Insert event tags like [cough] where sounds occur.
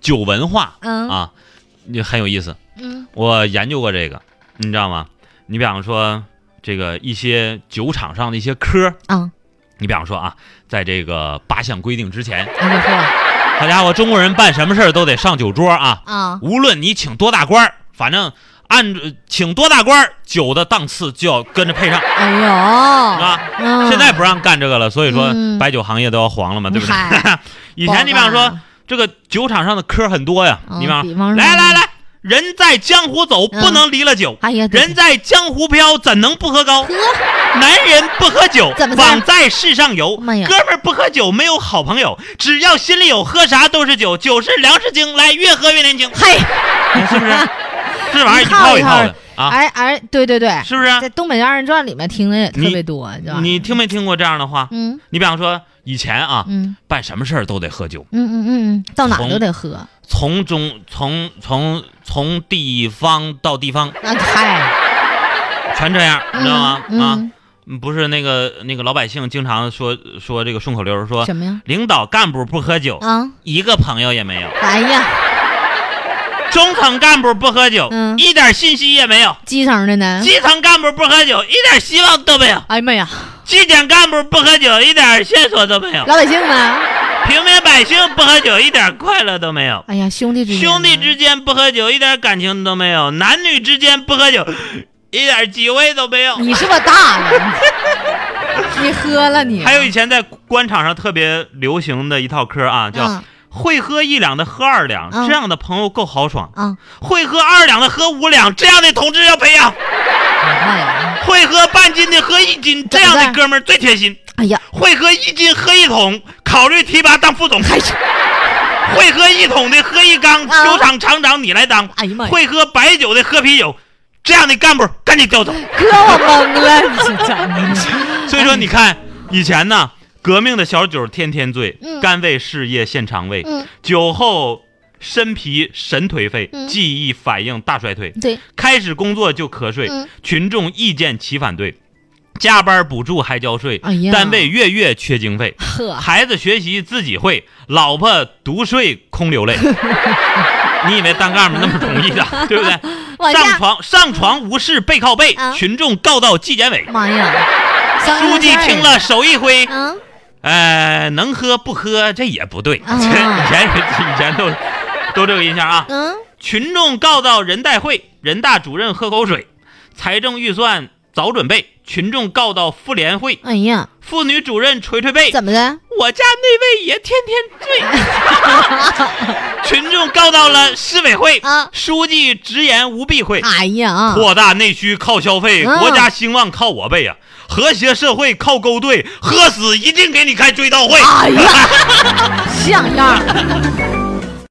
酒文化嗯啊，你很有意思。嗯我研究过这个，你知道吗？你比方说这个一些酒场上的一些科，嗯，你比方说啊，在这个八项规定之前，哎呦嚯好家伙，中国人办什么事儿都得上酒桌啊，啊，无论你请多大官儿，反正按着请多大官儿，酒的档次就要跟着配上，哎是呦，吧？嗯现在不让干这个了，所以说嗯白酒行业都要黄了嘛，对不对嗨？ [laughs] 以前你比方说，这个酒场上的科很多呀，嗯你比方比方说来来来，人在江湖走，嗯不能离了酒。哎呀，对人在江湖飘，怎能不喝高？ [laughs] 呵，男人不喝酒怎么，在枉在世上游。妈呀哥们儿不喝酒，没有好朋友。只要心里有，喝啥都是酒，酒是粮食精，来越喝越年轻，嘿，是不是？这玩意儿一一套套一一套套的的啊，哎哎，对对对，是不是？在《东北二人转》里面听的也特你别多，是吧？你听没听过这样的话？嗯你比方说以前啊，嗯办什么事儿都得喝酒，嗯嗯嗯嗯，到哪儿从都得喝。从中从从从地方到地方那啊嗨，全这样，你知道吗？嗯啊，嗯不是那个那个老百姓经常说说这个顺口溜儿，说什么呀？领导干部不喝酒，啊，一个朋友也没有；哎呀，中层干部不喝酒，嗯一点信息也没有；基层的呢？基层干部不喝酒，一点希望都没有；哎呀妈呀，纪检干部不喝酒，一点线索都没有；老百姓呢？平民百姓不喝酒，一点快乐都没有。哎呀，兄弟之间呢兄弟之间不喝酒，一点感情都没有；男女之间不喝酒，一点机会都没有。你是不是大了？ [laughs] 你喝了你？还有以前在官场上特别流行的一套嗑啊，叫嗯“会喝一两的喝二两”，嗯这样的朋友够豪爽；啊，会喝二两的喝五两，这样的同志要培养；哎呀妈呀，会喝半斤的喝一斤，这样的哥们儿最贴心；哎呀，会喝一斤喝一桶，考虑提拔当副总；哎呀，会喝一桶的喝一缸，啊球场厂长你来当；哎呀妈呀，会喝白酒的喝啤酒，这样的干部赶紧调走。哥我懵了，你是真的。所以说，你看以前呢，革命的小酒天天醉嗯，甘为事业献肠胃，嗯，酒后身疲神颓废嗯，记忆反应大衰退，对，开始工作就瞌睡嗯，群众意见齐反对，加班补助还交税哎呀，单位月月缺经费。呵，孩子学习自己会，老婆独睡空 [laughs] 流泪。你以为单干部那么容易的，啊对不对？ [laughs] 往上下，床上床无事背靠背啊，群众告到纪检委。妈呀，书记听了手一挥，啊，呃，能喝不喝这也不对，以啊前以前都都这个印象啊。嗯，群众告到人代会，人大主任喝口水，财政预算早准备。群众告到妇联会，哎呀，妇女主任捶捶背，怎么的？我家那位爷天天醉。 [laughs] 群众告到了市委会，啊书记直言无避讳。哎呀啊，扩大内需靠消费，嗯国家兴旺靠我辈呀、和谐社会靠啊勾兑，喝死一定给你开追悼会。 [laughs] 哎呀，像样儿。